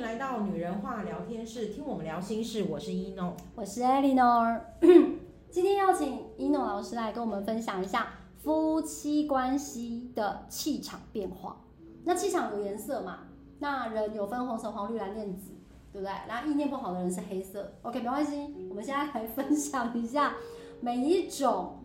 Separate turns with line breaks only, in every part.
来到女人话聊天室，听我们聊心事。我是一、n o
我是 Eleanor，今天要请一诺老师来跟我们分享一下夫妻关系的气场变化。那气场有颜色嘛？那人有分红橙黄绿蓝靛紫，对不对？然后意念不好的人是黑色。OK，没关系，我们现在来分享一下每一种，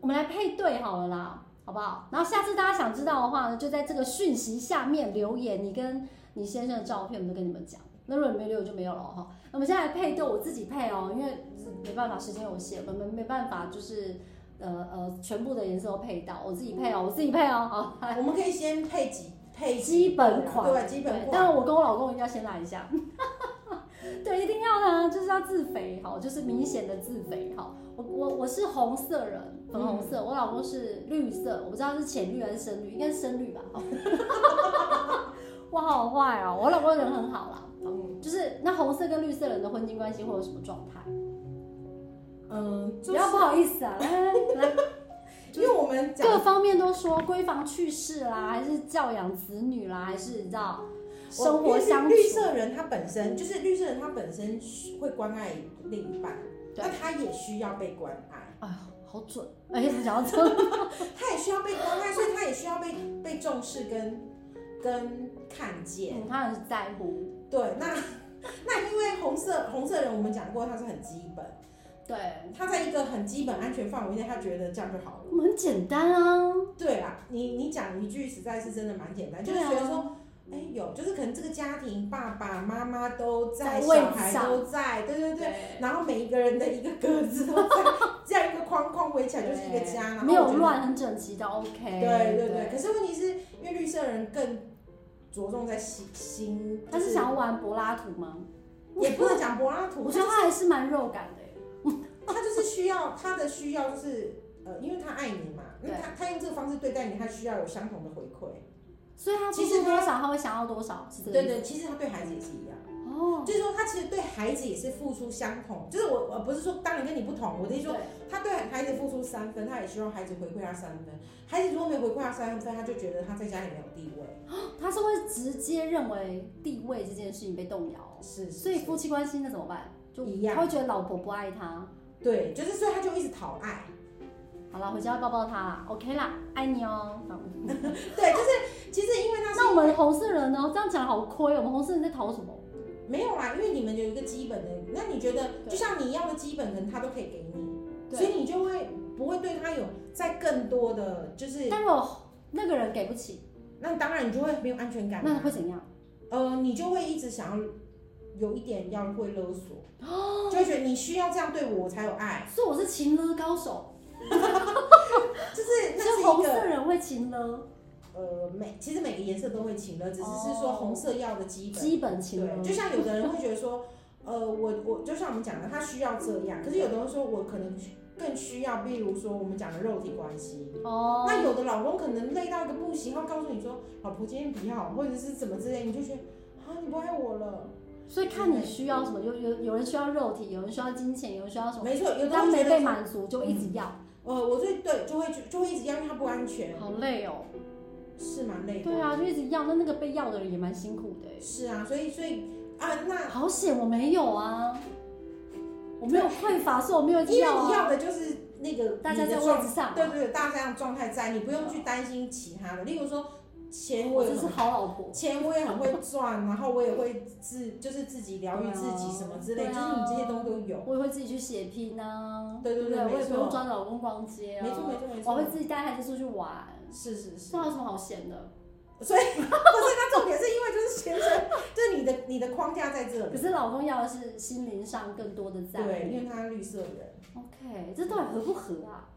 我们来配对好了啦，好不好？然后下次大家想知道的话呢，就在这个讯息下面留言，你跟你先生的照片，我们都跟你们讲。那如果你没留，就没有了哈。那我们现在来配对，我自己配哦，因为没办法，时间有限，我们没办法就是呃呃全部的颜色都配到，我自己配哦，我自己配哦，好。来
我们可以先配几配
基本款，
对基本款。
当然，我跟我老公一定要先来一下。 对，一定要呢，就是要自肥好，就是明显的自肥好。我我我是红色人，粉红色，我老公是绿色，我不知道是浅绿还是深绿，应该是深绿吧。好 我好坏哦，我老公人很好啦。好
嗯
就是那红色跟绿色人的婚姻关系会有什么状态？
嗯，
不
就是
要不好意思啊，来来来
因为我们讲
各方面都说闺房趣事啦，还是教养子女啦，还是你知道生活相
我
处
绿。色人他本身就是绿色人，他本身会关爱另一半，
对
那他也需要被关爱，
哎呀，好准！哎，怎么讲到这？
他也需要被关爱，所以他也需要被被重视跟跟看见。
嗯，他很在乎。
对，那那因为红色红色人我们讲过他是很基本，
对，
他在一个很基本安全范围内，他觉得这样就好了。
我们很简单啊。
对啦，你你讲一句实在是真的蛮简单，就是
对啊
觉得说，哎、有，就是可能这个家庭爸爸妈妈都在，
在位
小孩
上
都在，对对对，
对，
然后每一个人的一个格子都在，这样一个框框围起来就是一个家，然后
没
我
有
觉得。
乱，很整齐的。OK
对对对，可是问题是因为绿色人更着重在心心，
他
就是
想要玩柏拉图吗？
也不能讲柏拉图，
我觉得他还是蛮肉感的耶。
他就是需要他的需要就是呃，因为他爱你嘛，那
对
他他用这个方式对待你，他需要有相同的回馈。
所以他付
其实
出
他
多少，他会想要多少，是这个
对
意思。
对，其实他对孩子也是一样，
哦，
就是说他其实对孩子也是付出相同，就是我我不是说当然跟你不同，我的意思说
对
他对孩子付出三分，他也希望孩子回馈他三分，孩子如果没有回馈他三分，他就觉得他在家里没有地位。
他是会直接认为地位这件事情被动摇哦，
是，
所以
是
夫妻关系那怎么办？就
一样
他会觉得老婆不爱他。
对，就是所以他就一直讨爱。
好
嗯
了，回家要抱抱他啦，OK 啦，爱你哦。好
对，就是其实因为他是
那我们红色人呢？这样讲好亏哦，我们红色人在逃什么？
没有啊啦，因为你们有一个基本的，那你觉得
对
就像你要的基本，可能他都可以给你，
对
所以你就会不会对他有再更多的就是，
但如果那个人给不起，
那当然你就会没有安全感
那
嘛，
会怎样？
呃，你就会一直想要有一点要会勒索，
哦
就会觉得你需要这样对我，我才有爱，
所以我是情勒高手，
就是那是
是
一
红
个
色人会情勒，
呃每其实每个颜色都会情勒，只是是说
哦
红色要的基本，
基本情
对，
勒
就。像有的人会觉得说，呃，我我就像我们讲的，他需要这样，可是有的人说我可能更需要，比如说我们讲的肉体关系。
哦，
那有的老公可能累到一个不行，他会告诉你说，老婆今天不要，或者是怎么之类，你就觉得啊，你不爱我了。
所以看你需要什么，有有有人需要肉体，有人需要金钱，有人需要什么。
没错，有的
当
人
哦没
觉得
被
说，
满足就一直要，
呃，我最对就会就就会一直要，因为他不安全，
好累哦。
是蛮累的。
对啊，就一直要，那那个被要的人也蛮辛苦的欸耶。
是啊，所以所以啊，那
好险我没有啊，我没有匮乏，所以我没有
因为
要
你
啊。
要的就是那个
大家
你的
在
状
位置上嘛，
对对对，大家的状态在，你不用去担心其他的。例如说，钱我
我
也
真
很
是好老婆。
钱我也很会赚，然后我也会自就是自己疗愈
对啊
自己什么之类，
对
就
啊
是你这些东西都有。
我也会自己去血拼啊，
对对
对
对
不
没
我也不用
错
抓着老公逛街啊，
没错没错没
我会
错，
自己带孩子出去玩，
是是是
这。有什么好闲的？
那 重点是因为就是先生，就是你的你的框架在这
可
里。
是老公要的是心灵上更多的 在
对，
乎。
因为嗯他绿色人，
OK，这到底合不合啊？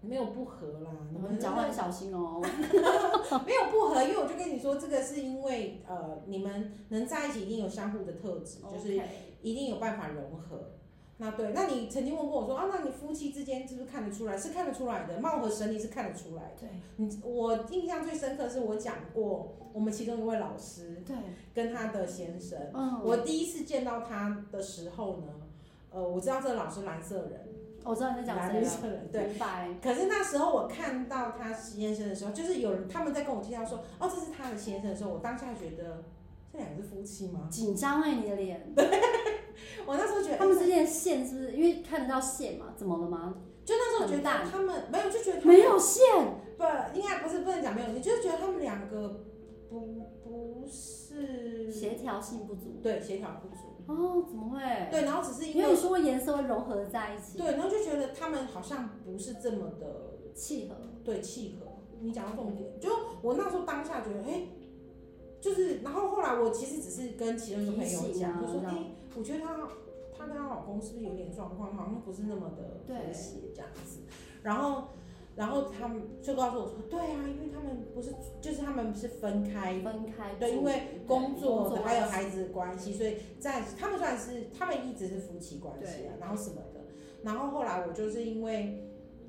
没有不合啦。
我
你
们
们
讲话很小心哦。
哦 没有不合，因为我就跟你说，这个是因为呃，你们能在一起一定有相互的特质，就是一定有办法融合。那对，那你曾经问过我说啊，那你夫妻之间是不是看得出来？是看得出来的，貌合神离是看得出来的。
对
你我印象最深刻是我讲过，我们其中一位老师
对，
跟他的先生，
嗯，
我第一次见到他的时候呢，呃，我知道这个老师蓝色人，
我知道你在讲
蓝
谁
绿
了，
色人，对。
明白。
可是那时候我看到他先生的时候，就是有人他们在跟我介绍说，哦，这是他的先生的时候，我当下觉得这两个是夫妻吗？
紧张哎，你的脸，
我那时候觉得
他们之间的线是不是因为看得到线嘛？怎么了吗？
就那时候觉
很
得
淡
他们没有，就觉得他们
没有线，
不应该不是不能讲没有，你就是觉得他们两个不不是
协调性不足。
对协调不足，
哦，怎么会？
对，然后只是因
因为
为
你说颜色会融合在一起，
对，然后就觉得他们好像不是这么的
契合。
对契合。你讲到重点，就我那时候当下觉得，哎、就是，然后后来我其实只是跟其中一个朋友
提醒啊
讲，就说，
那
哎、我觉得她她跟她老公是不是有点状况，好像不是那么的
对
和谐这样子，然后。然后他们就告诉我说，对啊，因为他们不是，就是他们是分开
分开住
对，因为工作的还有
还
孩子的关系，所以在他们算是他们一直是夫妻关系啊，然后什么的。然后后来我就是因为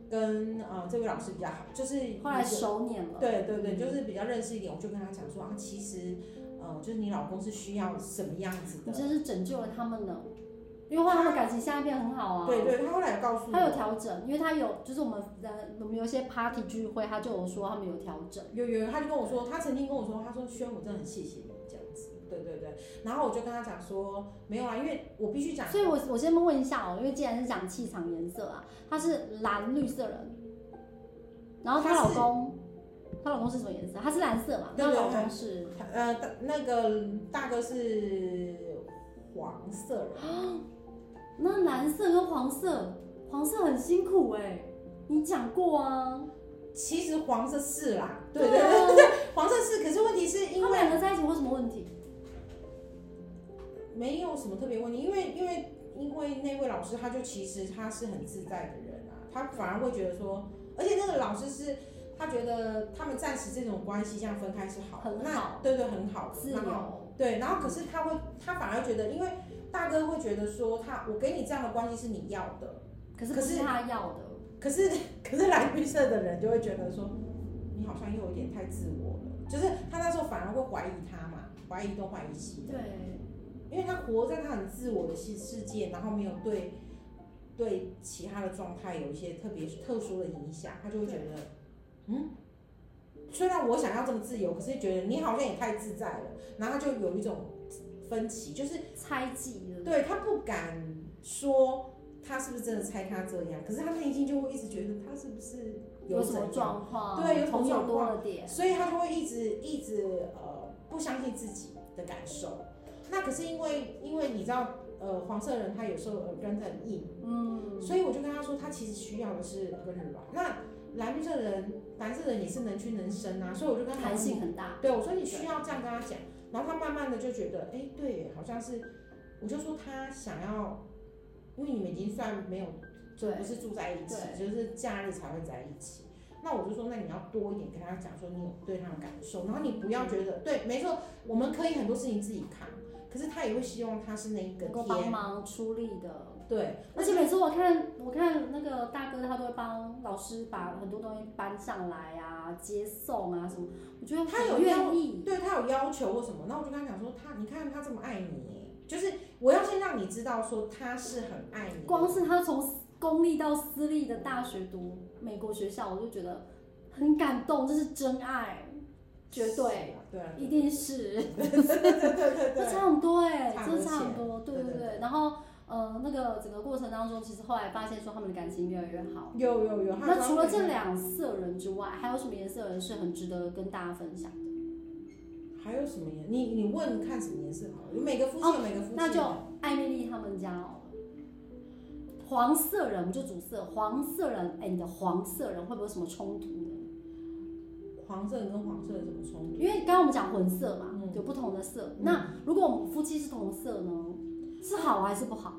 跟呃这位老师比较好，就是
后来
有
熟稔了，嗯
对对对，就是比较认识一点，我就跟他讲说啊，其实呃就是你老公是需要什么样子
嗯你
的，
真是拯救了他们呢，因为后来他们感情现在变很好啊。
对对，他后来有告诉
他有
我，
调整，因为他有，就是我们呃，我们有一些 party 聚会，他就有说他们有调整，
有有，他就跟我说，他曾经跟我说，他说轩，我真的很谢谢你这样子，对对对。然后我就跟他讲说，没有啊，因为我必须讲，
所以我我先问一下哦，因为既然是讲气场颜色啊，她是蓝绿色人，然后她老公，她老公是什么颜色？她是蓝色嘛，
对
那
对
老
对
公是
呃，大那个大哥是黄色人，
那蓝色跟黄色，黄色很辛苦哎、你讲过啊，
其实黄色是啦，对对对，
对啊，
黄色是。可是问题是
他
因
们
为
两个在一起会有什么 问题？
没有什么特别问题，因为因为因为那位老师他就其实他是很自在的人啊，他反而会觉得说，而且那个老师是他觉得他们暂时这种关系这样分开是好的，
很
那
好
对对很好的，
自
然后
由，
对，然后可是他会他反而觉得，因为大哥会觉得说他我给你这样的关系是你要的，
可是
可
不
是
是他要的，
可是 可是蓝绿色的人就会觉得说，你好像又有点太自我了，就是他那时候反而会怀疑他嘛，怀疑东怀疑西的，
对，
因为他活在他很自我的世世界，然后没有对对其他的状态有一些特别特殊的影响，他就会觉得，嗯。虽然我想要这么自由，可是觉得你好像也太自在了，然后他就有一种分歧，就是
猜忌的，
对他不敢说他是不是真的猜他这样，可是他内心就会一直觉得他是不是
有什
怎
么
样，
状况，
对有什么
朋友
状
多
况
了点，
所以他就会一直一直呃不相信自己的感受。那可是因为因为你知道呃黄色人他有时候耳根子很硬，
嗯，
所以我就跟他说他其实需要的是耳根很软。那蓝绿色人蓝色人也是能屈能伸啊，所以我就跟他讲
弹性很大，
对，我说你需要这样跟他讲，然后他慢慢的就觉得，哎，对，好像是，我就说他想要，因为你们已经算没有，就
对
不是住在一起，就是假日才会在一起。那我就说，那你要多一点跟他讲，说你有对他的感受，然后你不要觉得，对，没错，我们可以很多事情自己扛，可是他也会希望他是那一个
能够帮
天，
忙出力的。
对，
而且每次我看我看那个大哥，他都会帮老师把很多东西搬上来啊、接送啊什么。我觉得
他有
很愿意，
对他有要求或什么，那我就跟他讲说，他，你看他这么爱你，就是我要先让你知道说他是很爱你的，
光是他从公立到私立的大学读美国学校，我就觉得很感动，这是真爱，绝对
是啊，对啊，
一定是，
对对对
这
对，
差很多哎、
差很多
真的差很多，对
对
对
对
对。然后呃，那个整个过程当中，其实后来发现说他们的感情越来越好。
有有有。
那除了这，两色人之外，还有什么颜色人是很值得跟大家分享？
还有什么颜？你你问看什么颜色好了？有每个夫妻
哦
有每个夫妻的，
那就艾米丽他们家哦，黄色人我们就主色，黄色人，哎，你的黄色人会不会有什么冲突呢？
黄色跟黄色有什么冲突？
因为刚刚我们讲混色嘛，
嗯
有不同的色。
嗯
那如果我们夫妻是同色呢，是好还是不好？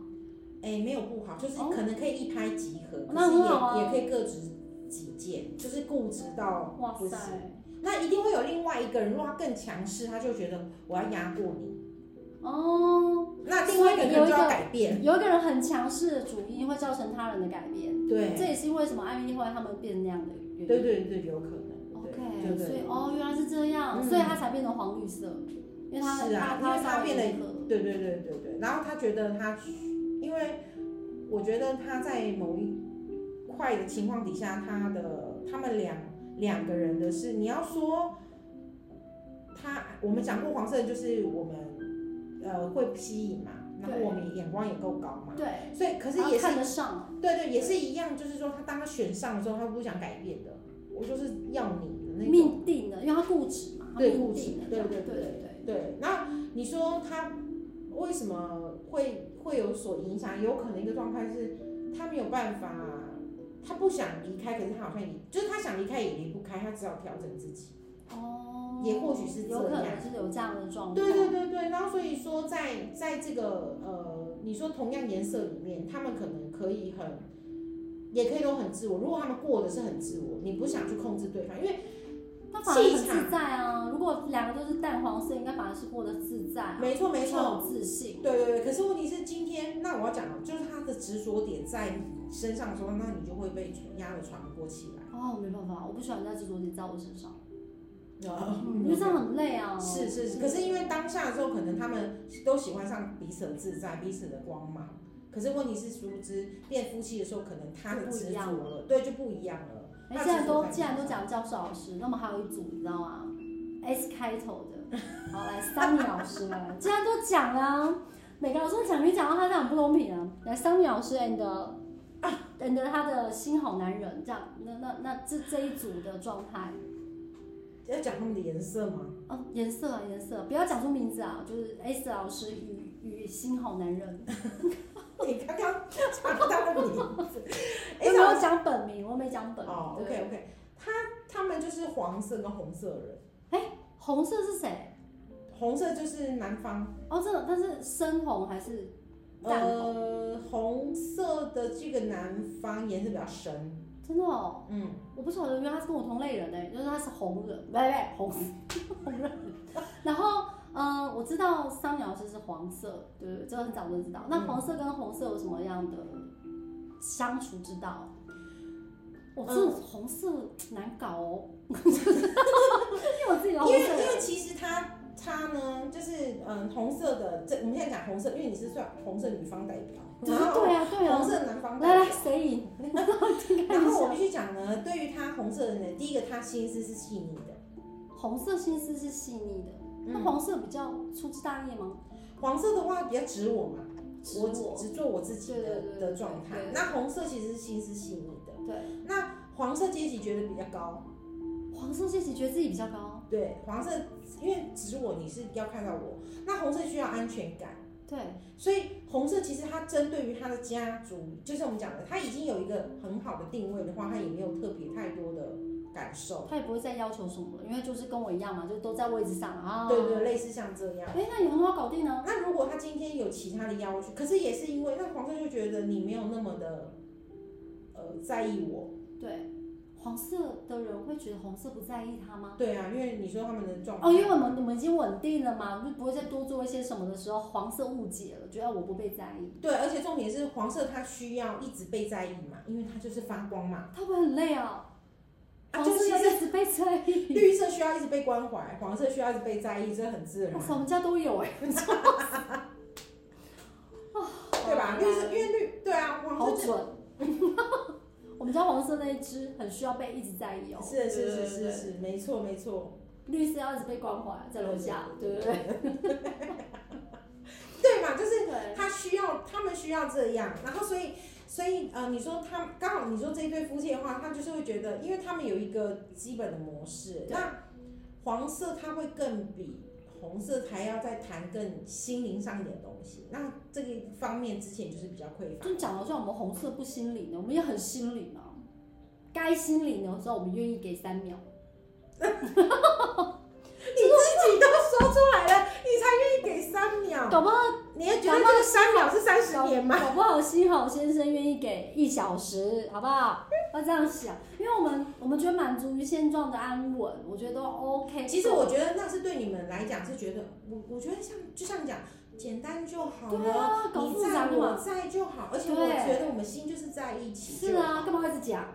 哎，没有不好，就是
哦
可能可以一拍即合，
那
可是
很好啊
也也可以各执己见，就是固执到
哇
不行。
塞，
那一定会有另外一个人，如果他更强势，他就觉得我要压过你，
哦，
那另外一个人
所
就
以有一个
要改变。
有一个人很强势的主意会造成他人的改变，
对
这也是为什么艾米丽后来他们变成那样的原因。
对对对，有可能。对
OK，
对对
所以哦，原来是这样，
嗯
所以他才变成黄绿色，因为他
是啊
他
因为他
稍微
变得
迎合
对对对对对，然后他觉得他，因为我觉得他在某一块的情况底下，他的他们两两个人的是，你要说他，我们讲过黄色就是我们呃会吸引嘛，然后
对
我们眼光也够高嘛，
对，
所以可是
然后
也是
看得上，
对对，也是一样，就是说他当他选上的时候，他不想改变的，我就是要你的那种。
命定的，因为他固执嘛，他
对
命
固执
定的这
对
样，
对对
对对
对，那你说他为什么会会有所影响？有可能一个状态是他没有办法，他不想离开，可是他好像也就是他想离开也离不开，他只好调整自己。
哦，
也或许是这样
有可能是有这样的状况，
对对对对，然后所以说在在这个呃，你说同样颜色里面，他们可能可以很，也可以都很自我。如果他们过的是很自我，你不想去控制对方，因为。
那反而很
气场
自在啊。如果两个都是淡黄色，应该反而是过得自在、啊，
没错没
超有
错，
自信。
对对对。可是问题是今天，那我要讲了，就是他的执着点在你身上的时候，那你就会被压得喘不过气来。
哦，没办法，我不喜欢人家执着点在我身上，因为
嗯
这样很累啊。
是是是，可是因为当下的时候，可能他们都喜欢上彼此的自在，彼此的光芒。可是问题是，殊不知变夫妻的时候，可能他的
就不一
执着
样
了，对，就不一样了。
哎、
那
既然
执着
都
在
既然都
哪
讲教授老师，那么还有一组你知道吗？S 开头的，好来桑尼老师来，既然都讲啦、每个老师都讲，你讲到他这样很不公平啊！来，桑尼老师 and 啊 and 他的新好男人这样，那那那这这一组的状态，
要讲他们的颜色吗？
哦，颜色啊颜色，不要讲出名字啊，就是 S 老师与与新好男人，
你刚刚讲到的名字，
有
哎
没有讲本名？我没讲本名。
哦
对
，OK OK，他他们就是黄色跟红色的人，
红色是谁？
红色就是南方。
哦，这个但是深红还是淡红？
呃，红色的这个南方颜色比较深，
真的哦。
嗯，
我不晓得，原来他是跟我同类人呢、就是他是红人，不不不红 红人。然后，嗯、我知道桑鸟就是黄色，对不对？这个很早就知道。那
嗯
黄色跟红色有什么样的相处之道？我
嗯
这红色难搞哦，因为我自己的
因
红
为
色
因为其实它它呢，就是嗯红色的，这我们现在讲红色，因为你是算红色女方代表，
对
然后
对啊对
红
啊。
色男方
来
代
来，
表。
谁赢？听看
然
一
后我
下
必。须讲呢，对于他红色的人，第一个他心思是细腻的，
红色心思是细腻的，那
嗯
黄色比较粗枝大叶吗？
黄色的话比较指我嘛，
指
只
我
只做我自己
对对对
的的
对
状态
对。
那红色其实是心思细腻的，
对，
那黄色阶级觉得比较高，
黄色阶级觉得自己比较高，
对，黄色因为指我你是要看到我，那红色需要安全感。
对，
所以红色其实它针对于它的家族，就像我们讲的，它已经有一个很好的定位的话，它也没有特别太多的感受。
他也不会再要求什么了，因为就是跟我一样嘛，就都在位置上啊。
对对，。类似像这样。
哎，那你很好搞定啊。
那如果他今天有其他的要求，可是也是因为那黄色就觉得你没有那么的，呃，在意我。
对，黄色的人会觉得红色不在意他吗？
对啊，因为你说他们的状态。
哦，因为我们我们已经稳定了嘛，就不会再多做一些什么的时候，黄色误解了，觉得我不被在意，
对，而且重点是黄色它需要一直被在意嘛，因为它就是发光嘛。
他会很累啊。
啊，
黄
就
色
是
要
是
一直被在意。
绿色需要一直被关怀，黄色需要一直被在意，这很自然
哇。塞，我们家都有哎、
对吧？绿色因为绿对啊，黄
啊好
色
准。 我们家黄色那一只很需要被一直在意哦，
是是
对
是
对
是是，没错没错，
绿色要一直被关怀，在楼下，对不对？
对嘛？就是
对，
他需要，他们需要这样，然后所以所以呃，你说他刚好你说这一对夫妻的话，他就是会觉得，因为他们有一个基本的模式
对，
那黄色它会更比。红色还要再谈更心灵上一点的东西，那这个方面之前就是比较匮乏
就。讲到像我们红色不心领的，我们也很心领啊。该心领的时候，我们愿意给三秒。
你自己都说出来了，你才愿意给三秒，
搞不好，
你还觉得这个三秒是三十年吗？
搞不好新好先生愿意给一小时，好不好？要这样想，因为我们我们觉得满足于现状的安稳，我觉得都 OK。
其实我觉得那是对你们来讲是觉得，我我觉得像就像讲简单就好
对
了，
啊，搞
你
复杂
在
干
我
嘛？
在就好，而且
对
我觉得我们心就是在一起。
是，啊，干嘛一直讲？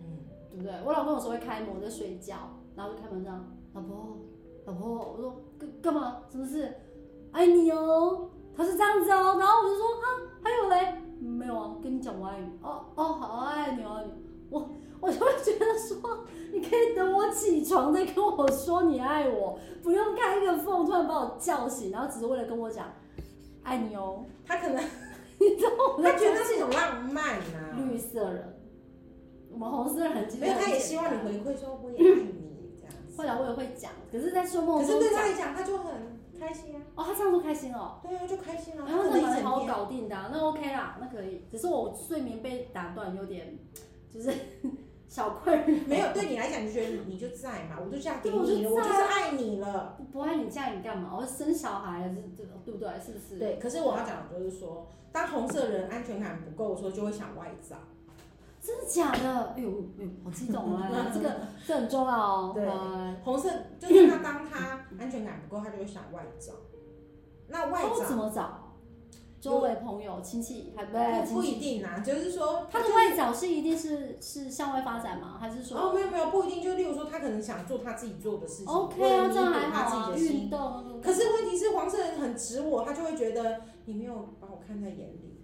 嗯，
对不对？我老公有时候会开门，我在睡觉，然后就开门这样，老婆，老婆，我说干干嘛？什么事？爱你哦，他是这样子哦，然后我就说啊，还有嘞，没有啊，跟你讲我爱你，哦哦，好爱你，爱你，我我就会觉得说，你可以等我起床再跟我说你爱我，不用开一个缝突然把我叫醒，然后只是为了跟我讲爱你哦。
他可能
你知道我在
他觉得那是一种浪漫呐、
绿色人，我们红色人很激
嗯没
烈，
有，他也希望你回馈说我也爱你这样子。
会来我也会讲，可是，在睡梦
可是
中
对
讲
他，来讲，他就很开心啊，
哦，他这样都开心哦。
对啊，就开心啊，
然
他
后
可
那
能一
蛮
整
好
天。
搞定的啊、那 OK 啦，那可以。只是我睡眠被打断，有点就是 小困扰。
没有，对你来讲，你觉得你就在嘛，我就嫁给
对我
你
就
了，我
在
就
啊
是爱你了。
不不爱你嫁你干嘛？我生小孩是这对不对？是不是？
对，可是我要讲的就是说，当红色人安全感不够的时候，就会想外找。
真的假的？哎呦，哎呦我激动 了，这个这很重要哦。
对
呃
红色就是他，当他安全感不够，他就会想外找。那外
他会哦怎
找
么找？周围朋友、亲戚，还不对
不
亲
不
戚。
一定啊，就是说
他的
就
外找是一定是是向外发展吗？还是说
哦没有没有不一定，就例如说他可能想做他自己做的事情
OK
为了
啊？
弥
这样
补
还
他自
好啊，
己的心。
运动。
可是问题是黄色人很直我，他就会觉得你没有把我看在眼里，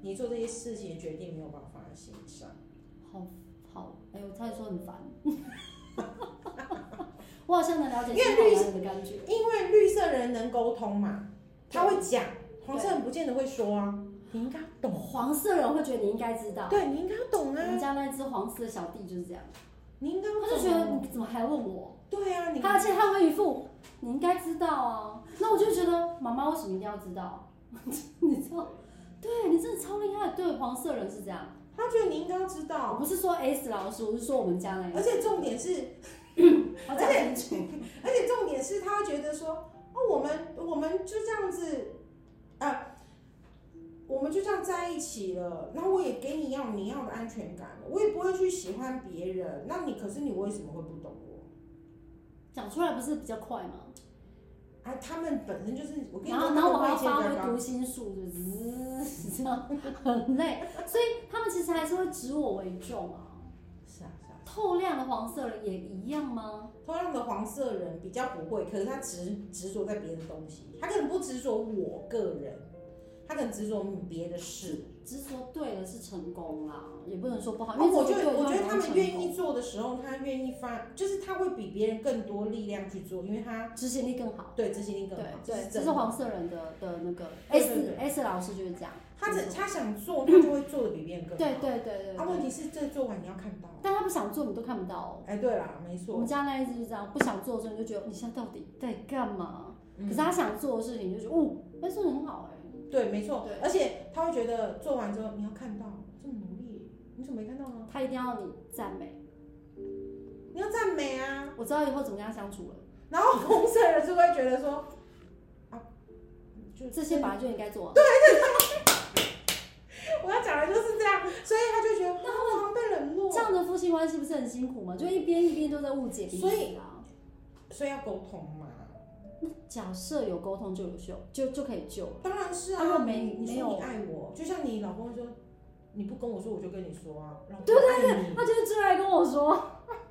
你做这些事情的决定没有把我放在心上。
好好，哎、呦，我差点说很烦。 我好像能了解
因为绿
新老人的感觉，
因为绿色人能沟通嘛，他会讲，黄色人不见得会说啊。你应该懂，
黄色人会觉得你应该知道。
对你应该懂
我们
啊，
家那只黄色小弟就是这样，
你应该懂啊
他就觉得你怎么还问我？
对啊，你
他而且他会一副你应该知道啊，那我就觉得妈妈为什么一定要知道？ 你知道？对你真的超厉害，对黄色人是这样。
他觉得你应该要知
我
道，
不是说 S 老师，我是说我们家那一
而且重点是，
我讲清楚。
而且重点是他会觉得说，哦，我们我们就这样子，啊，我们就这样在一起了，那我也给你要你要的安全感了，我也不会去喜欢别人，那你可是你为什么会不懂我？
讲出来不是比较快吗？
啊，他们本身就是，我跟你
然
说，他
后，然后我
们
还要
外界
发
比
挥
较高
读心术，就滋，这样很累。所以他们其实还是会指我为重啊。
是啊是啊，
透亮的黄色人也一样吗？
同样的黄色人比较不会，可是他执执着在别的东西，他可能不执着我个人，他可能执着别的事。
只是说对了是成功啦，也不能说不好，
啊
因为
我
只
觉
有
得，
对
我觉得
就
他
很
们
成
愿
功
意做的时候，他愿意发，就是他会比别人更多力量去做，因为他
执行力更好。
对执行力更
对
好。
对，这
真
是
的。
黄色人的的那个
对
S
对
S 老师就是这样。
他
没
只
错
他想做，他就会做的比别人更好。
对对对对哦
啊，问
对，
题是这做完你要看到。
但他不想做，你都看不到哦。
哎，对啦，没
我
错
们。家那一只就是这样，不想做的时候你就觉得你现在到底在干嘛？可
嗯
是他想做的事情，你就觉得哦，哎，做的很好哎。
对，没错
对。
而且他会觉得做完之后你要看到，这么努力，你怎么没看到呢？
他一定要你赞美。
你要赞美啊。
我知道以后怎么跟他相处了，
然后红色人就会觉得说，啊，就
这些本来就应该做。啊
我要讲的就是这样，所以他就觉得那我好像被冷落
这。样的夫妻关系不是很辛苦吗？就一边一边都在误解彼此
所以
啊。
所以要沟通嘛，
假设有沟通就有救，就就可以救了。
当然是
啊如果
啊，
没
你
没
你
有
说你爱我，就像你老公说，你不跟我说，我就跟你说啊，老婆
对
我爱你，
他就是出来跟我说，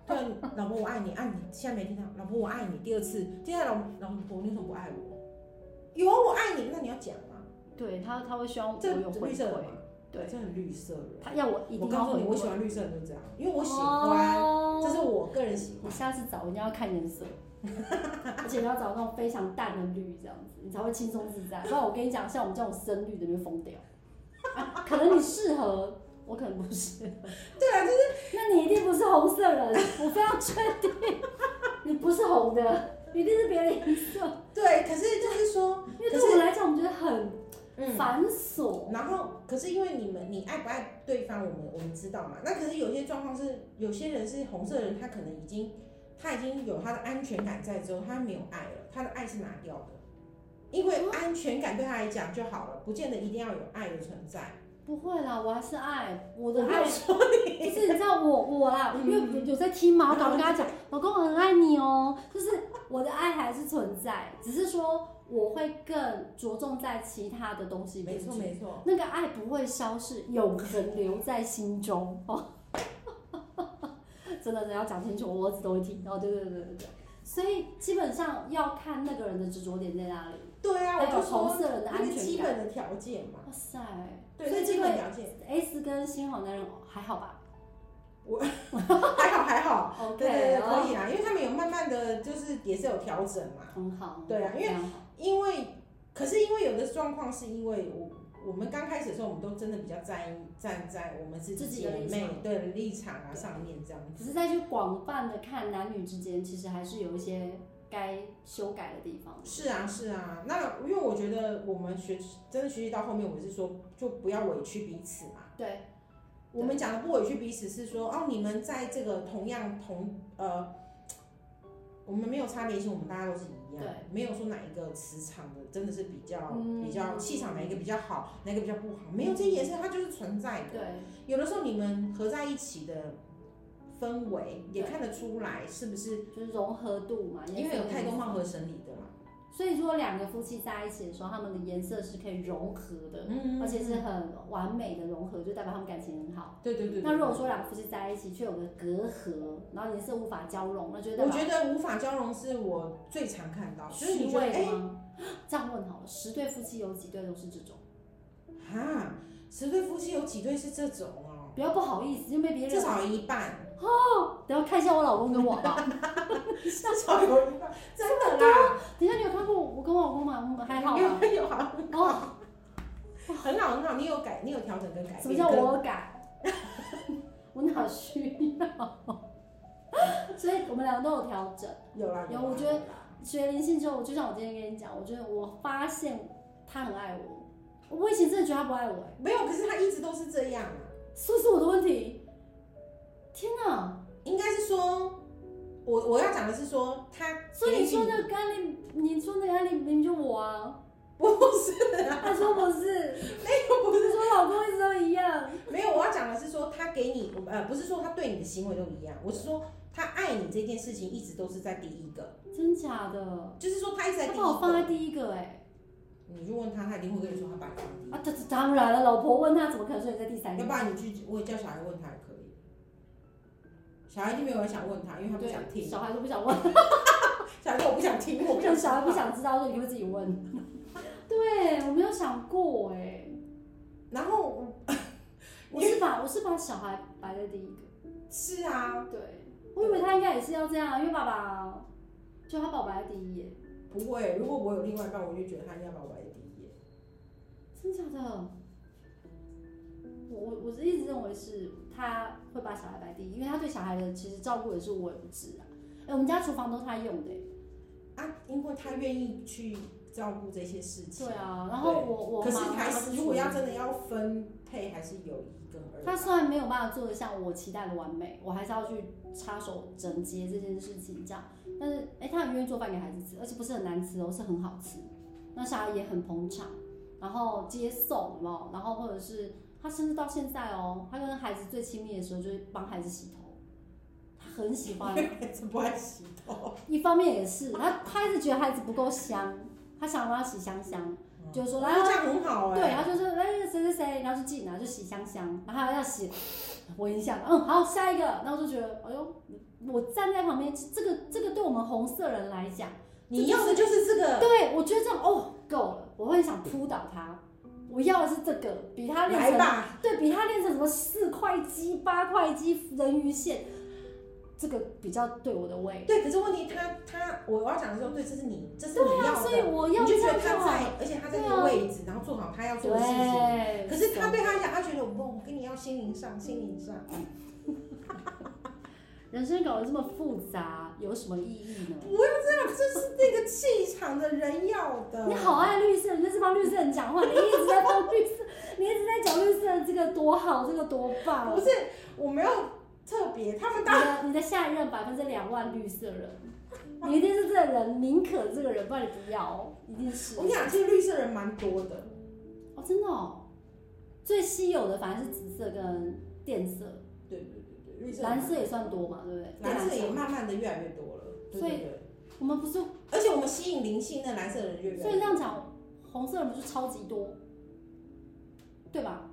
对，老婆我爱你，爱你，现在没听到，老婆我爱你，第二次，接下来老老婆你为什么不爱我？有啊，我爱你，那你要讲啊，
对他他会希望哦我
这
有
这
回
绿色人嘛
馈，，对
这很绿色人。
他要我一
我
定要
告诉
回
你，我喜
馈。
欢绿色人就这样，因为我喜欢，这是
哦
我个人喜
你
欢。
下次找一定要看颜色， 而且要找那种非常淡的绿，这样子你才会轻松自在。不然我跟你讲，像我们这种深绿的你会疯掉、啊可能你适合，我可能不适合。
对啊，就是
那你一定不是红色人，我非常确定，你不是红的，一定是别的颜色。
对，可是就是说，
因为对我们来讲，我们觉得很
嗯，
繁琐。
然后，可是因为你们你爱不爱对方，我们我们知道嘛。那可是有些状况是，有些人是红色人，他可能已经他已经有他的安全感在之后，他没有爱了，他的爱是拿掉的，因
哦
为安全感对他来讲就好了，不见得一定要有爱的存在。
不会啦，我还是爱我的
我没
爱
有，说
就是你知道我我啦，因为有有在听嘛，我赶快跟他讲，老公我很爱你哦，就是我的爱还是存在，只是说我会更着重在其他的东西
没
边
错
去，
没错，
那个爱不会消逝，永恒留在心中哦。 真的，真的要讲清楚，我儿子都会听。哦，对对对对对对，所以基本上要看那个人的执着点在哪里，
对啊，我
还有
就
红
说
色人的
那
安
个
全
基
感。
本的条件嘛，
哇塞，
对，
所以
这基
这个
本条件。
S 跟新好男人还好吧？
还好还好，
OK，
对对对，
哦
可以啦，啊因为他们有慢慢的就是也是有调整嘛，
很好。
对啊因为
为
因为可是因为有的状况是因为我我们刚开始的时候，我们都真的比较站站在我们是
自己
姐
的立
妹
场
对立场啊
对
上面这样
只
子，
是再去广泛的看男女之间，其实还是有一些该修改的地方。
是啊是啊，那因为我觉得我们学真的学习到后面，我是说就不要委屈彼此嘛。
对，
我们讲的不委屈彼此是说，哦，你们在这个同样同呃，我们没有差别性，我们大家都是一样
对，
没有说哪一个磁场的真的是比较、
嗯
比较气场哪一个比较好，哪一个比较不好，没有这些颜色它就是存在的。
对，
有的时候你们合在一起的氛围也
对
看得出来是不是，
就是融合度嘛，
因为有太多
多
貌合神离的嘛，
所以如果两个夫妻在一起的时候，他们的颜色是可以融合的，
嗯
而且是很完美的融合，就代表他们感情很好。
对对对对
那如果说两个夫妻在一起却有个隔阂，然后颜色无法交融，那就代
我
表啊
觉得无法交融是我最常看到，就是
十
你觉得哎。
位吗？这样问好了，十对夫妻有几对都是这种？
哎哈，十对夫妻有几对是这种哦？
不要不好意思，因为别
至
人
少一半，
等一下看一下我老公跟我吧。
至少有一半，真的啦，
等一下你有看过我跟我老公吗？我们 还好吗？
有有好，
哦，
很好很好，你有改，你有调整跟改变。
什么叫我改？ 我哪需要？ 所以我们两个都有调整。
跟？有啦
有
啦
我觉得
有啦
学灵性之后，就像我今天跟你讲，我觉得我发现他很爱我。我以前真的觉得他不爱我、欸，
没有，可是他一直都是这样啊。
是不是我的问题？天哪！
应该是说，我我要讲的是说，他
所以你说
的
那个案例，你说那个案例明明就我啊，
不是啊，
他说不是，
那个不
我
是，
是说老公一直都一样。
没有，我要讲的是说，他给你呃，不是说他对你的行为都一样，我是说他爱你这件事情一直都是在第一个，
真假的？
就是说他一直在
他
第一
把我放在
个。
第一个哎、
你就问他，他一定会跟你说他把你放第一个
啊，这这当然了，老婆问他怎么可能说你在第三
要
个？
不然你去，我也叫小孩问他也可以。小孩一定没有人想问他，因为他不想
对，
听。
小孩都不想问，
小孩说我不想听，我
我
不
想
想
小孩不
知道。
想知道，所以你会自己 问。对，我没有想过哎、
然后
我是把我是把小孩摆在第一个，
是啊，
对，我以为他应该也是要这样，因为爸爸就他把我摆在第一耶，
不会，如果我有另外一半，我就觉得他应该把我摆在第一页。
真假的？我我我是一直认为是他会把小孩摆第一，因为他对小孩的其实照顾也是我也不知啊。哎、我们家厨房都是他用的耶、
啊，因为他愿意去照顾这些事情。
对啊，然后我我
可是
妈妈
还
是
是如果要
厨
真的要分配，还是有一跟二
他
吧。
虽然没有办法做的像我期待的完美，我还是要去插手整洁这件事情这样。但是，哎、他很愿意做饭给孩子吃，而且不是很难吃哦，是很好吃。那小孩也很捧场，然后接送，有没有然后或者是他甚至到现在哦，他跟孩子最亲密的时候就是帮孩子洗头，他很喜欢。
这不爱洗头。
一方面也是，他他一直觉得孩子不够香，他想让他洗香香，就说来
那这样很好哎、
对，然后就说哎谁谁谁，然后就进，然后就洗香香，然后还要洗闻一下，嗯好下一个，然后就觉得哎呦，我站在旁边，这个这个对我们红色人来讲，
你要的就是这个，
对啊我觉得这样哦够了，我会想扑倒他，我要的是这个，比他练
来
成
吧。
对比他练成什么四块肌、八块肌、人鱼线，这个比较对我的胃，
对，可是问题他他我要讲的时候，对，这是你，这是你要的，
啊所以我要
你就
这
觉
样
得
就
他
好。
在，而且他在
对
那
啊
个位置，然后做好他要做的事情。
对，
可是他对他讲，他觉得我我跟你要心灵上，心灵上
人生搞得这么复杂，有什么意义呢？
不要这样，这是那个气场的人要的。
你好爱绿色，你就是帮绿色人讲话，你一直在帮绿色，你一直在讲绿色这个多好，这个多棒
不。是我没有特别，他们
你
当
的你的下一任百分之两万绿色人，你一定是这个人，宁可这个人，不然你不要哦，一定是
我。跟你讲，其实绿色人蛮多的，
哦，真的哦，最稀有的反而是紫色跟靛色，
对对对对，绿色人
蓝色也算多嘛，对不对？
蓝色也
靛
慢慢的越来越多了，对
所以
对对，
我们不是，
而且我们吸引灵性的蓝色人越来越
所以这样讲，红色人不是超级多，对吧？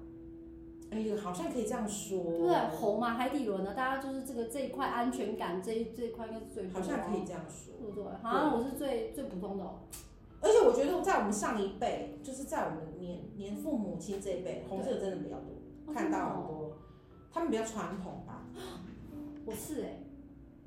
哎呦，好像可以这样说，哦
对不对？红嘛，海底轮呢，大家就是这个这一块安全感这一这一块应该是最多
好
的
像可
啊，
以这样说。
对不对？好像我是最最普通的、哦，
而且我觉得在我们上一辈，就是在我们年年父母亲这一辈，红色真的比较多，
哦
看到
真的
很
哦
多他们比较传统吧，
我是哎、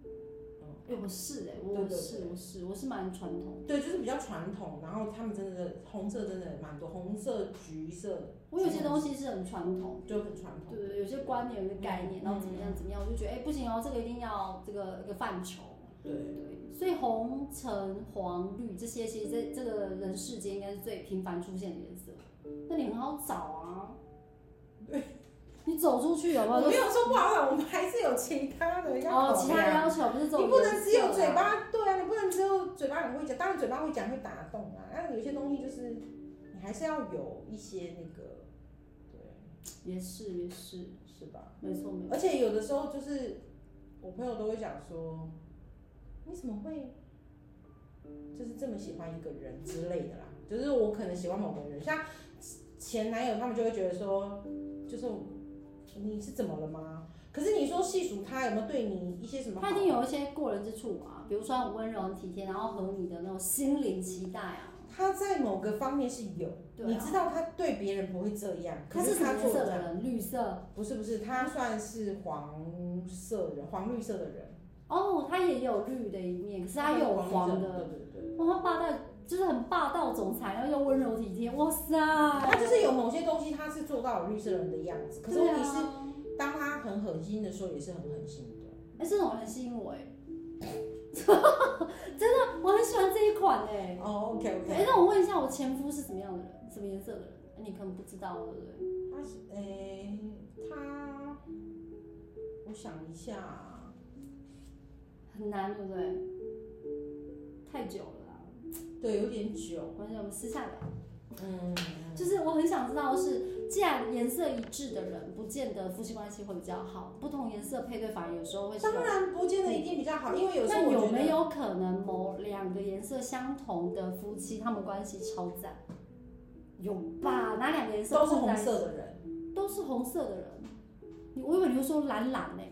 嗯
哎、我是哎、我
对
我
对
是我是我是蛮传统
对，就是比较传统。然后他们真的红色真的蛮多，红色、橘色
的，我有些东西是很传统。
就很传统。
对对对，有些观念、有些概念，
嗯
然后怎么样怎么样，我就觉得哎、不行哦，这个一定要这个一个范畴。
对，
对，所以红、橙、黄、绿这些，其实这这个人世间应该是最频繁出现的颜色。那你很好找啊， 对，你走出去有没
我
有
没？有说不好啊找，我们还是有其他的要
哦，
考
其他
量
要求不是这种
你不能只有嘴
颜色啊，
巴，对啊，你不能只有嘴巴很会讲，当然嘴巴会讲会打动啊，但有些东西就是你还是要有一些那个，对，
也是也是，
是吧？
没错没错。
而且有的时候就是我朋友都会讲说，你怎么会就是这么喜欢一个人之类的啦，就是我可能喜欢某个人，像前男友他们就会觉得说，就是你是怎么了吗？可是你说细数他有没有对你一些什么好？
他一定有一些过人之处啊，比如说很温柔、很体贴，然后和你的那种心灵期待啊。
他在某个方面是有，
对
你
啊，
知道他对别人不会这样，可
他是什
他
么颜
做
色
得这
的
样，
人？绿色。
不是不是，他算是黄色的人，黄绿色的人，
哦，他也有绿的一面，可是他又有黄
绿色
的。
对对对，
哇，他霸道就是很霸道总裁，然后又温柔体贴。哇塞，
他就是有某些东西他是做到有绿色人的样子，可是
对
问题
啊
是，当他很狠心的时候，也是很狠心的。
哎、这种人吸引我哎、 真的，我很喜欢这一款哎、
哦，OK
哎、
OK，
那我问一下，我前夫是什么样的人？什么颜色的人？哎你可能不知道，对不对？
他是诶，他，我想一下，
很难，对不对？太久了啦，
对，有点久，
关键我们私下聊。
嗯，
就是我很想知道的是，既然颜色一致的人，不见得夫妻关系会比较好，不同颜色配对反而有时候会是有。
嗯当然不见得一定比较好，因为有时候
那
我
有
觉得
没有可能某两个颜色相同的夫妻，他们关系超赞？有吧？哪两个颜色
都是
混在
红
一起
色的人。
都是红色的人。你我以为你会说蓝蓝呢、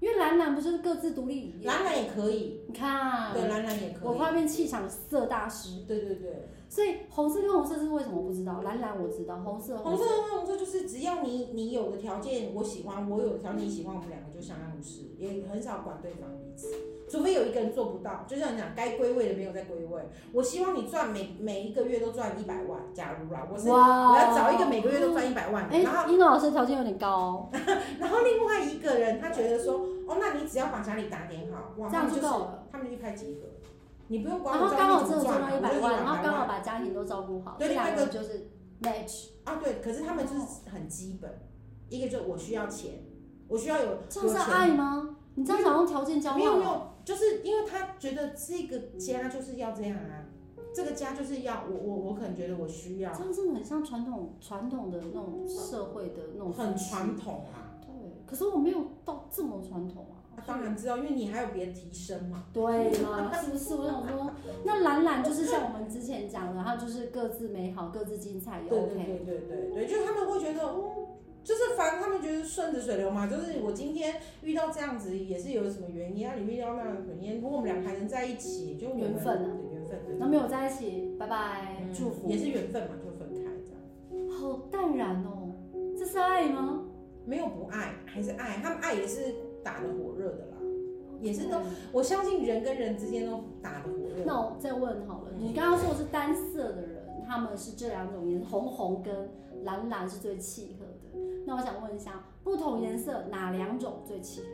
因为蓝蓝不是各自独立理念？
蓝蓝也可以，
你看，
对，蓝蓝也可
啊我
以，
画面气场色大师。
对对对，
所以红色跟红色是为什么我不知道？蓝蓝我知道，红色
红色跟红色就是只要你你有的条件我喜欢，我有的条件你喜欢，我们两个就相安无事，也很少管对方彼此，除非有一个人做不到，就像你讲该归位的没有在归位。我希望你赚每每一个月都赚一百万，假如啦，我是。
哇
我要找一个每个月都赚一百万的，
哎
然后，
一诺老师条件有点高哦，
然后另外一个人他觉得说，哦，那你只要把家里打点好，哇，
这
他
样
们
就
就是
够了。
他们就一拍即合，你不用管
然
我
后
赚
刚好
你
真
怎
的
么
赚
赚，
到一
我
百
就
万，
100
然后刚好把家庭都照顾好，
对
这两
另外
个
一
就是 match。
啊，对，可是他们
哦
就是很基本，一个就我需要钱，我需要有
这样是
有钱
爱吗？你这样想用条件交换哦
没有没
吗？
有，就是因为他觉得这个家就是要这样啊，这个家就是要我我我可能觉得我需要
这样真的很像传统传统的那种社会的那种
很
风气
传统啊，
对，可是我没有到这么传统啊。
啊当然知道，因为你还有别的提升嘛，
对嘛，是不是？我想说，那懒懒就是像我们之前讲的，他就是各自美好，各自精彩也
对
嗯 OK。
对对对对对，就是他们会觉得嗯。就是反正他们觉得顺着水流嘛，就是我今天遇到这样子也是有什么原因啊，你遇到那样的原因，如果我们俩还能在一起，就我们
缘分啊
对缘分，对
那没有在一起，拜拜，
嗯
祝福。
也是缘分嘛，就分开这样。
好淡然哦，这是爱吗？
没有不爱，还是爱，他们爱也是打的火热的啦。也是都。我相信人跟人之间都打的火热。
那我再问好了，
嗯
你刚刚说的是单色的人，他们是这两种颜色，红红跟蓝蓝是最契合的。那我想问一下，不同颜色哪两种最契合？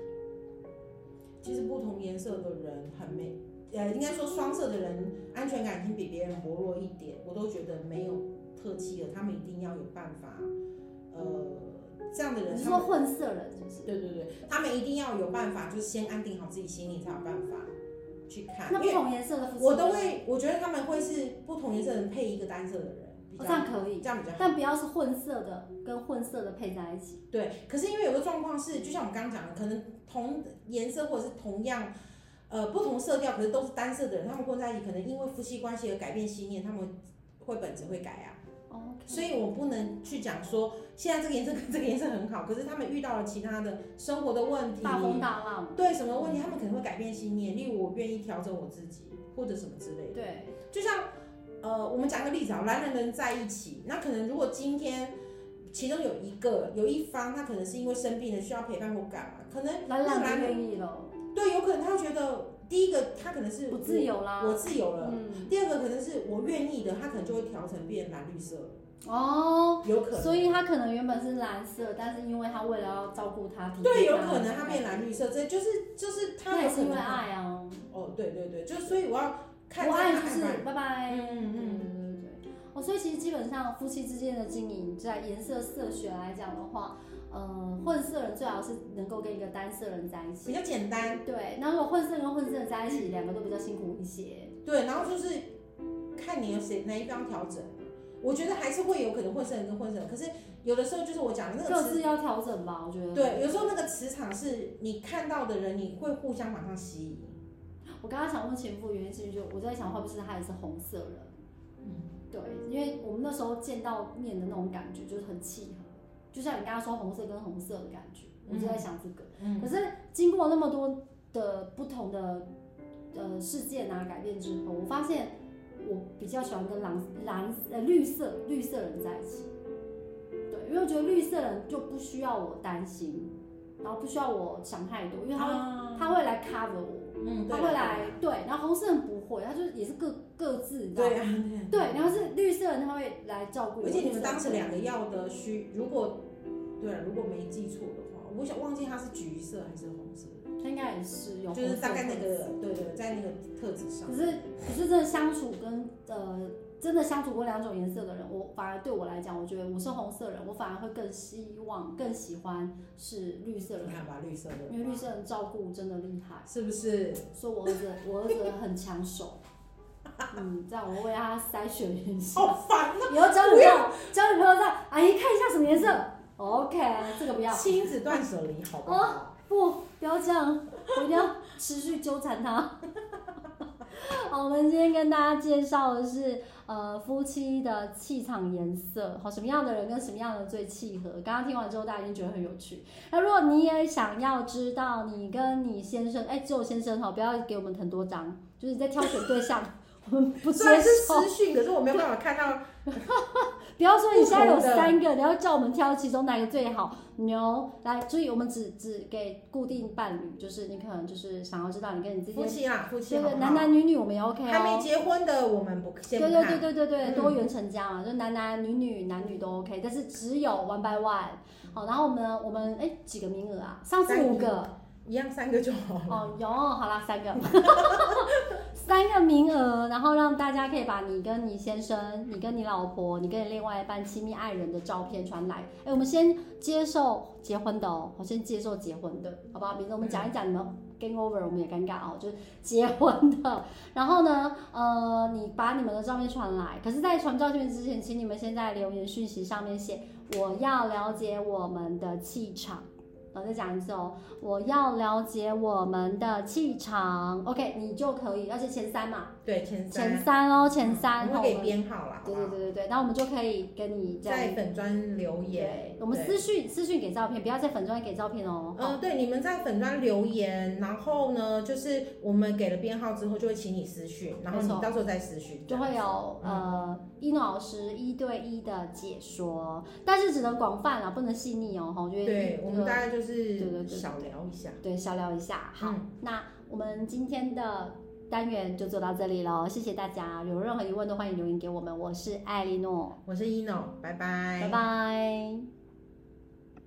其实不同颜色的人很美，呃，应该说双色的人安全感已经比别人薄弱一点，我都觉得没有特气了，他们一定要有办法，呃，这样的人
你是
他们。
说混色人是不是？
对对对，他们一定要有办法，就是先安定好自己心里，才有办法去看。
那
因
不
为
同颜色的夫妻，
我都，会，我觉得他们会是不同颜色的人配一个单色的人，比
哦
较
这样可以。
这样比较好。
但不要是混色的跟混色的配在一起。
对，可是因为有个状况是，就像我们刚刚讲的，可能同颜色或者是同样，呃，不同色调，可是都是单色的人，他们混在一起，可能因为夫妻关系而改变信念，他们会本质会改啊。
哦，
所以我不能去讲说现在这个颜色跟这个颜色很好，可是他们遇到了其他的生活的问题，
大风大浪。
对什么问题，他们可能会改变信念，例如我愿意调整我自己，或者什么之类的。
对，
就像呃，我们讲一个例子啊，蓝蓝的人在一起，那可能如果今天其中有一个有一方，他可能是因为生病了需要陪伴或干嘛，可能
懒懒
来
不愿意了，
对，有可能他觉得第一个他可能是
不自由啦。
我自由了，
嗯，
第二个可能是我愿意的，他可能就会调成变蓝绿色，
哦，
有可能。
所以他可能原本是蓝色，但是因为他为了要照顾他，体贴
对，有
他
可能他变蓝绿色，这就是就是他
那
有
也
可
是
能
因为爱啊，
哦，对对对，就所以我要看
我爱
这
就
个
是
看法
拜拜。对对
嗯嗯
对。哦，所以其实基本上夫妻之间的经营，在颜色色学来讲的话，呃，混色人最好是能够跟一个单色人在一
比
起。
较简单，
对，那如果混色跟混色人在一起，两个都比较辛苦一些。
对，然后就是看你有谁哪一方调整。我觉得还是会有可能混生跟混生，可是有的时候就是我讲的那
各
个磁，
自要调整吧，我觉得。
对，有时候那个磁场是你看到的人，你会互相马上吸引。
我刚刚想问前夫原因，其实就我在想，会不会是他也是红色人？嗯，对，因为我们那时候见到面的那种感觉就是很契合，就像你刚刚说红色跟红色的感觉，我就在想这个。
嗯
可是经过那么多的不同的呃事件啊改变之后，我发现我比较喜欢跟蓝蓝呃绿色绿色人在一起，对，因为我觉得绿色人就不需要我担心，然后不需要我想太多，因为他会、
啊
他会来 cover 我。
嗯，
他
对
会
啦
来，对，然后红色人不会，他就是也是各各自，你知道吗
对啊，
对，然后是绿色人他会来照顾我，
而且你们当时两
个
个要的需，如果对啊，如果没记错的话，我想忘记它是橘色还是红色，
他应该也是有，
就是大概那个，对对，在那个特质上
可，是可是真的相处跟呃真的相处过两种颜色的人，我反而对我来讲，我觉得我是红色人，我反而会更希望更喜欢是绿色
你
人，
看吧，绿色的，
因为绿色人照顾真的厉害，
是不 是？
所以我儿子我儿子很抢手，嗯，这样我为他筛选一下。
好烦，
以后交女朋友，交女朋友这样，阿姨看一下什么颜色，OK，这个不要，
亲子断舍离，好不好？
不，不要这样，我一定要持续纠缠他。 好，我们今天跟大家介绍的是，呃，夫妻的气场颜色，好，什么样的人跟什么样的最契合。刚刚听完之后，大家一定觉得很有趣。那如果你也想要知道你跟你先生，哎、只有先生哈，不要给我们很多张，就是你在挑选对象， 我们不接
虽然是
受。
私讯，可是我没有办法看到。
不要说你现在有
不同的
三个，你要叫我们挑其中哪一个最好。牛，来，注意，我们只只给固定伴侣，就是你可能就是想要知道你跟你之
夫
间，
妻啦，夫妻
对
好
对，
不
男
好？
男女女我们也 OK
还没
哦。
结婚的我们不
对
先不
对对
看。
对对对，
嗯
多元成家嘛，就男男女女男女都 OK，但是只有 one by one。好，然后我们我们哎几个名额啊？上次
三
五
个
个，
一样三个就好了。
哦，有，好啦，三个， 三个名额，然后让大家可以把你跟你先生、你跟你老婆、你跟你另外一半亲密爱人的照片传来。哎，我们先接受结婚的哦，我先接受结婚的，好不好？比如我们讲一讲你们 game over，我们也尴尬哦，就是结婚的。然后呢，呃，你把你们的照片传来，可是，在传照片之前，请你们先在留言讯息上面写我要了解我们的气场。我再讲一次哦，我要了解我们的气场，OK，你就可以，而且前三嘛，
对，前三。嗯
前三哦，前三，
我
好
们
我
会给
们
编号啦。
对
好
对
不好
对对对，那我们就可以跟你这样，
在粉砖留言。
对，我们私讯私讯给照片，不要在粉专给照片哦，
嗯，对，你们在粉砖留言，然后呢，就是我们给了编号之后，就会请你私讯，然后
没
你
错
到时候再私讯，
就会啊
这样子
有呃一诺老师一对一的解说，但是只能广泛啊，不能细腻哦，哈，我觉得
对，我们
这
大概
个
就
对对
是
对对
小聊一下。
对小聊一下，好，
嗯
那我们今天的。单元就做到这里喽，谢谢大家。有任何疑问都欢迎留言给我们。我是艾莉诺，
我是一 n o 拜拜
拜拜。